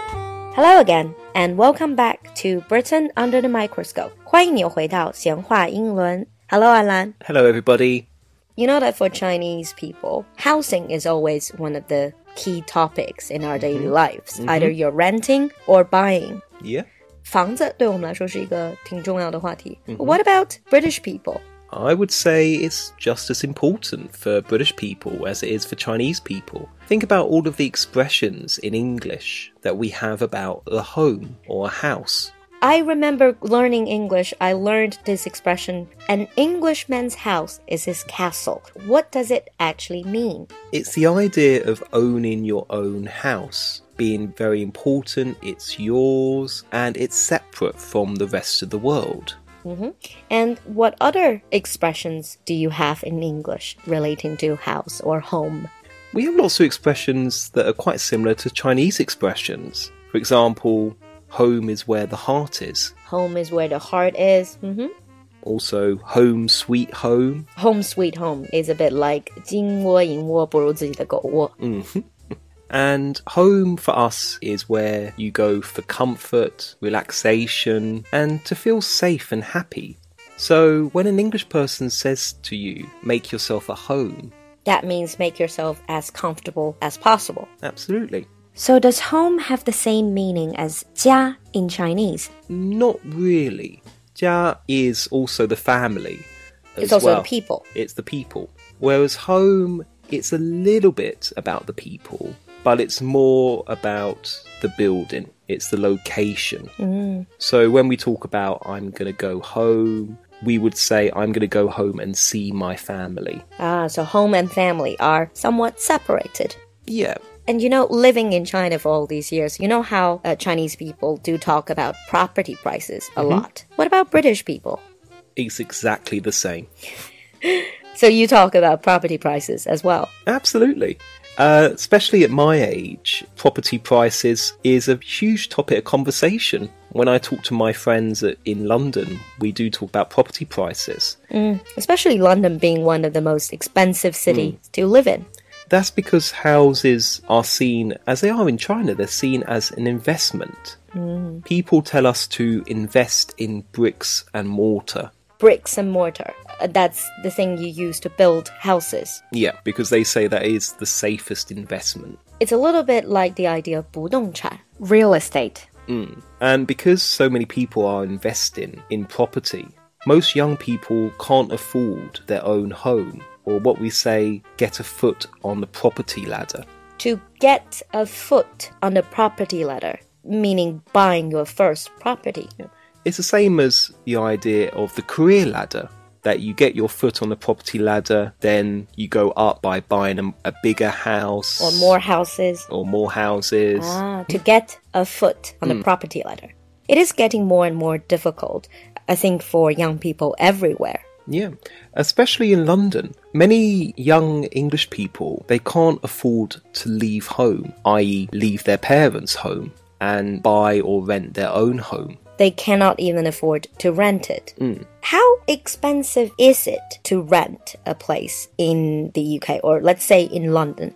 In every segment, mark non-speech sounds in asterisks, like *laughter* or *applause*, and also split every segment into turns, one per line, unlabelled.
Hello again and welcome back to Britain under the microscope. 欢迎你又回到闲话英伦。Hello, Alan.
Hello, everybody.
You know that for Chinese people, housing is always one of the key topics in our daily lives. Either you're renting or buying.
Yeah.
房子对我们来说是一个挺重要的话题。What about British people?
I would say it's just as important for British people as it is for Chinese people. Think about all of the expressions in English that we have about the home or a house.
I remember learning English, I learned this expression an Englishman's house is his castle. What does it actually mean?
It's the idea of owning your own house, being very important, it's yours, and it's separate from the rest of the world.
And what other expressions do you have in English relating to house or home?
We have lots of expressions that are quite similar to Chinese expressions. For example, home is where the heart is.
Home is where the heart is. hmm
Also, home sweet home.
Home sweet home is a bit like 金窝银窝不如自己的狗窝.
Mm. *laughs* And home for us is where you go for comfort, relaxation, and to feel safe and happy. So, when an English person says to you, make yourself a home,
That means make yourself as comfortable as possible.
absolutely.
So does home have the same meaning as 家 in Chinese?
Not really. Jia is also the family. as
It's also the
well.
people.
It's the people. Whereas home, it's a little bit about the people, but it's more about the building. It's the location. So when we talk about I'm going to go home, we would say I'm going to go home and see my family.
Ah, so home and family are somewhat separated.
Yeah.
And you know, living in China for all these years, you know how uh, Chinese people do talk about property prices a lot. What about British people?
It's exactly the same.
So you talk about property prices as well.
Absolutely. Uh, especially at my age, property prices is a huge topic of conversation. When I talk to my friends at, in London, we do talk about property prices.
Especially London being one of the most expensive cities to live in.
That's because houses are seen, as they are in China, they're seen as an investment. People tell us to invest in bricks and mortar.
Bricks and mortar. Uh, that's the thing you use to build houses.
Yeah, because they say that is the safest investment.
It's a little bit like the idea of 不动产, real estate.
Mm. And because so many people are investing in property, most young people can't afford their own home, or what we say, get a foot on the property ladder.
To get a foot on the property ladder, meaning buying your first property.
It's the same as the idea of the career ladder that you get your foot on the property ladder, then you go up by buying a, a bigger house
or more houses
or more houses.
ah, to get a foot on
Hmm.
the property ladder. It is getting more and more difficult, I think, for young people everywhere.
Yeah, especially in London. Many young English people, they can't afford to leave home, i.e., leave their parents' home and buy or rent their own home.
They cannot even afford to rent it.
Hmm.
How expensive is it to rent a place in the UK or let's say in London?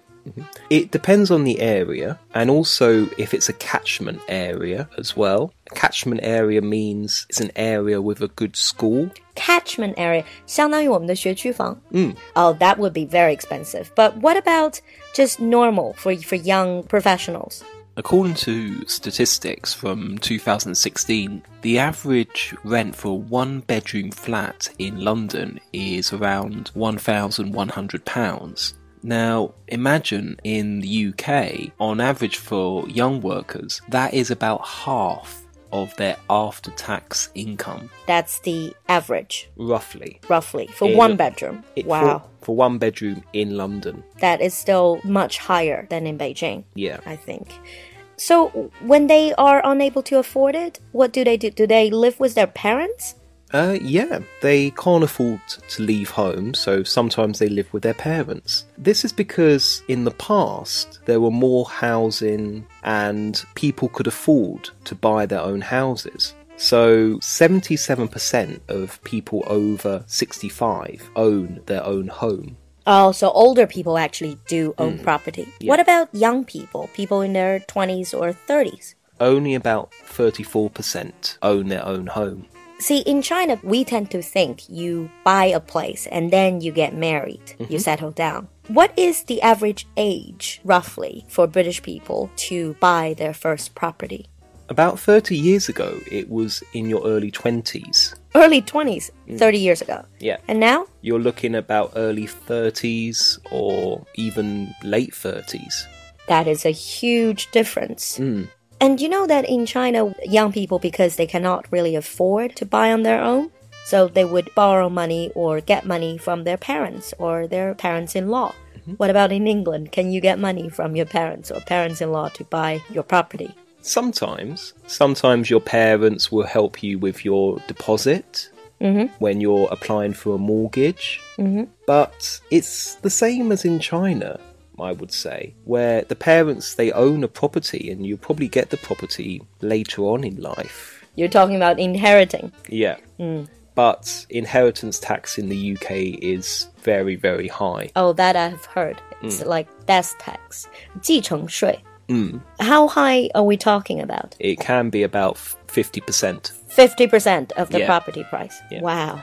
It depends on the area and also if it's a catchment area as well. A catchment area means it's an area with a good school.
Catchment area, 相当于我们的学区房.
Hmm.
Oh, that would be very expensive. But what about just normal for for young professionals?
According to statistics from 2016, the average rent for a one bedroom flat in London is around £1,100. Now, imagine in the UK, on average for young workers, that is about half of their after tax income,
That's the average.
roughly.
roughly for
Yeah,
one
look,
bedroom.
It- for-
wow.
for one bedroom in London.
that is still much higher than in Beijing,
Yeah.
I think. So when they are unable to afford it, what do they do? Do they live with their parents?
Uh, yeah, they can't afford to leave home, so sometimes they live with their parents. This is because in the past there were more housing and people could afford to buy their own houses. So 77% of people over 65 own their own home.
Oh, so older people actually do own property. What about young people, people in their 20s or 30s?
only about 34% own their own home.
See, in China, we tend to think you buy a place and then you get married, you settle down. What is the average age, roughly, for British people to buy their first property?
About 30 years ago, it was in your early 20s.
Early 20s, 30 years ago.
Yeah.
And now?
You're looking about early 30s or even late 30s.
That is a huge difference.
Mm.
And you know that in China, young people, because they cannot really afford to buy on their own, so they would borrow money or get money from their parents or their parents in law.
Mm-hmm.
What about in England? Can you get money from your parents or parents in law to buy your property?
Sometimes, sometimes your parents will help you with your deposit when you're applying for a mortgage. But it's the same as in China, I would say, where the parents they own a property and you probably get the property later on in life.
You're talking about inheriting.
Yeah. But inheritance tax in the UK is very, very high.
Oh, that I've heard.
Mm.
It's like death tax. 继承税. How high are we talking about?
It can be about 50%.
50% of the
Yeah.
property price.
Yeah.
Wow.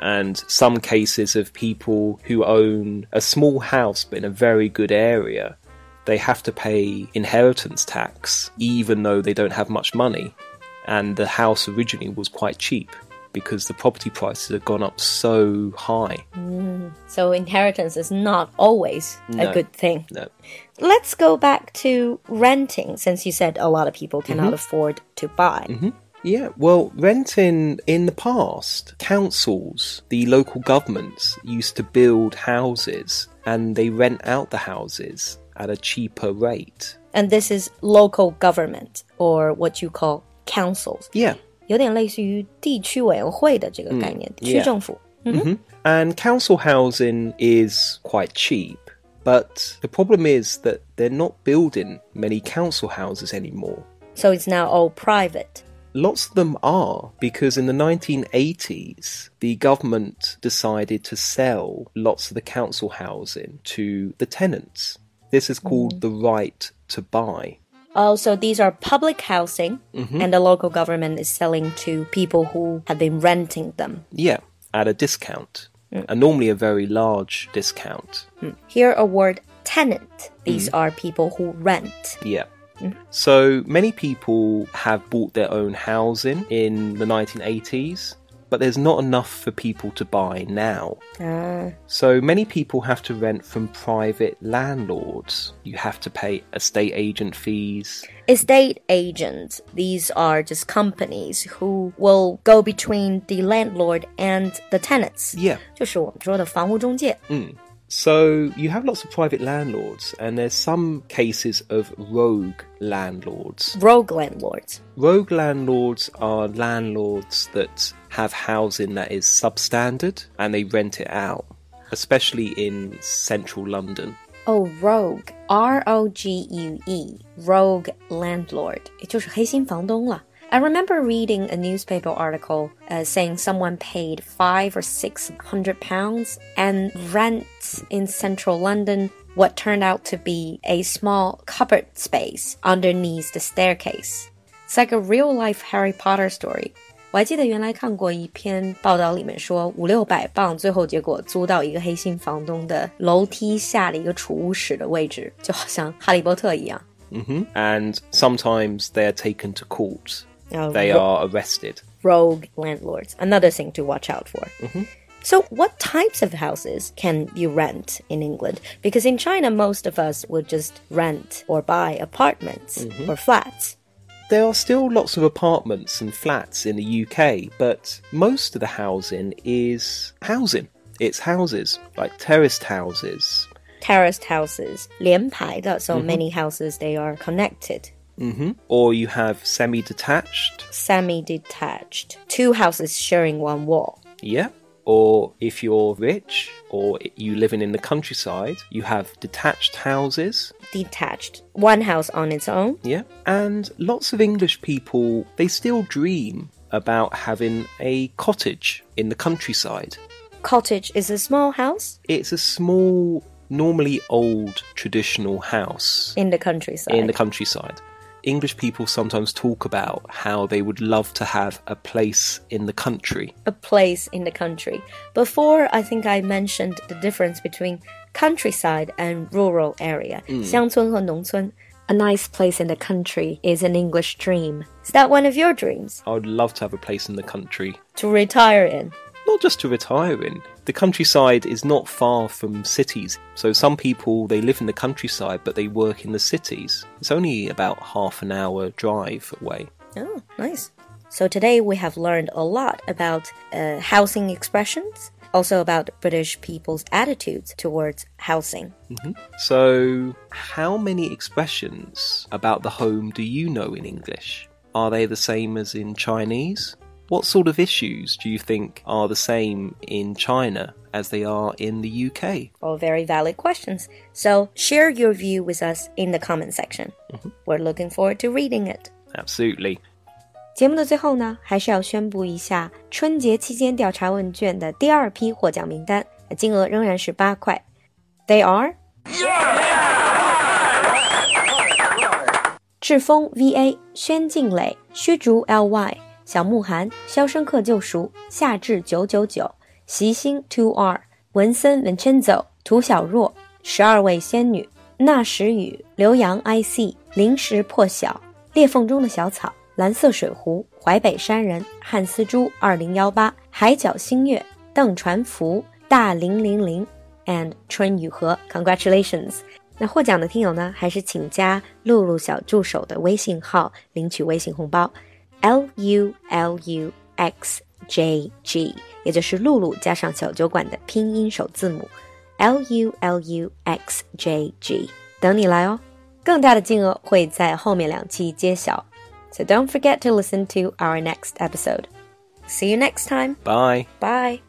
and some cases of people who own a small house but in a very good area, they have to pay inheritance tax even though they don't have much money. And the house originally was quite cheap because the property prices have gone up so high.
So inheritance is not always
No.
a good thing.
No.
Let's go back to renting since you said a lot of people cannot
Mm-hmm.
afford to buy.
Yeah, well, renting in the past, councils, the local governments used to build houses and they rent out the houses at a cheaper rate.
And this is local government or what you call councils.
Yeah,
有点类似于地区委员会的这个概念，
yeah.
区政府。
mm-hmm. And council housing is quite cheap, but the problem is that they're not building many council houses anymore.
So it's now all private.
Lots of them are because in the 1980s, the government decided to sell lots of the council housing to the tenants. This is called the right to buy.
Also, these are public housing,
Mm-hmm.
and the local government is selling to people who have been renting them.
Yeah, at a discount, and normally a very large discount.
Here, a word tenant. These
Mm-hmm.
are people who rent.
Yeah. So many people have bought their own housing in the 1980s, but there's not enough for people to buy now.
Ah,
So many people have to rent from private landlords. You have to pay estate agent fees.
estate agents. These are just companies who will go between the landlord and the tenants.
Yeah. mm.
就是我们说的房屋中介。
So you have lots of private landlords, and there's some cases of rogue landlords.
Rogue landlords.
Rogue landlords are landlords that have housing that is substandard and they rent it out, especially in central London.
Oh, rogue, R O G U E, rogue landlord. 也就是黑心房东了。I remember reading a newspaper article uh, saying someone paid five or six hundred pounds and rent in central London what turned out to be a small cupboard space underneath the staircase. It's like a real life Harry Potter story. 我还记得原来看过一篇报道，里面说五六百磅，最后结果租到一个黑心房东的楼梯下的一个储物室的位置，就好像哈利波特一样。
hmm And sometimes they are taken to court, they are arrested.
rogue landlords, another thing to watch out for.
Mm-hmm.
So, what types of houses can you rent in England? Because in China, most of us would just rent or buy apartments
Mm-hmm.
or flats.
There are still lots of apartments and flats in the UK, but most of the housing is housing. It's houses, like terraced houses,
Terraced houses, 连排的,
Mm-hmm.
so many houses they are connected.
or you have semi detached,
Semi detached, two houses sharing one wall.
Yeah. Or if you're rich or you living in the countryside, you have detached houses.
Detached, one house on its own.
Yeah. And lots of English people, they still dream about having a cottage in the countryside.
Cottage is a small house
It's a small, normally old traditional house
in the countryside.
in the countryside. English people sometimes talk about how they would love to have a place in the country.
a place in the country. Before, I think I mentioned the difference between countryside and rural area. 乡村和农村. A nice place in the country is an English dream. Is that one of your dreams?
I would love to have a place in the country,
To retire in?
not just to retire in. The countryside is not far from cities, so some people they live in the countryside but they work in the cities. It's only about half an hour drive away.
Oh, nice. So today we have learned a lot about uh, housing expressions, also about British people's attitudes towards housing.
So, how many expressions about the home do you know in English? Are they the same as in Chinese? What sort of issues do you think are the same in China as they are in the UK?
all very valid questions. So share your view with us in the comment section. We're looking forward to reading it.
Absolutely.
节目的最后呢，还是要宣布一下春节期间调查问卷的第二批获奖名单，金额仍然是八块。They are 志峰 V A、宣静蕾、虚竹 L Y、小慕寒、肖申克救赎、夏至九九九、习星 Two R、文森 Vincenzo、涂小若、十二位仙女、那时雨、刘洋 I C、临时破晓、裂缝中的小草、蓝色水壶、淮北山人、汉斯猪二零幺八、海角星月、邓传福、大零零零 and 春雨禾，Congratulations！那获奖的听友呢，还是请加露露小助手的微信号领取微信红包，L U L U X J G，也就是露露加上小酒馆的拼音首字母 L U L U X J G，等你来哦。更大的金额会在后面两期揭晓，So don't forget to listen to our next episode. See you next time.
Bye.
Bye.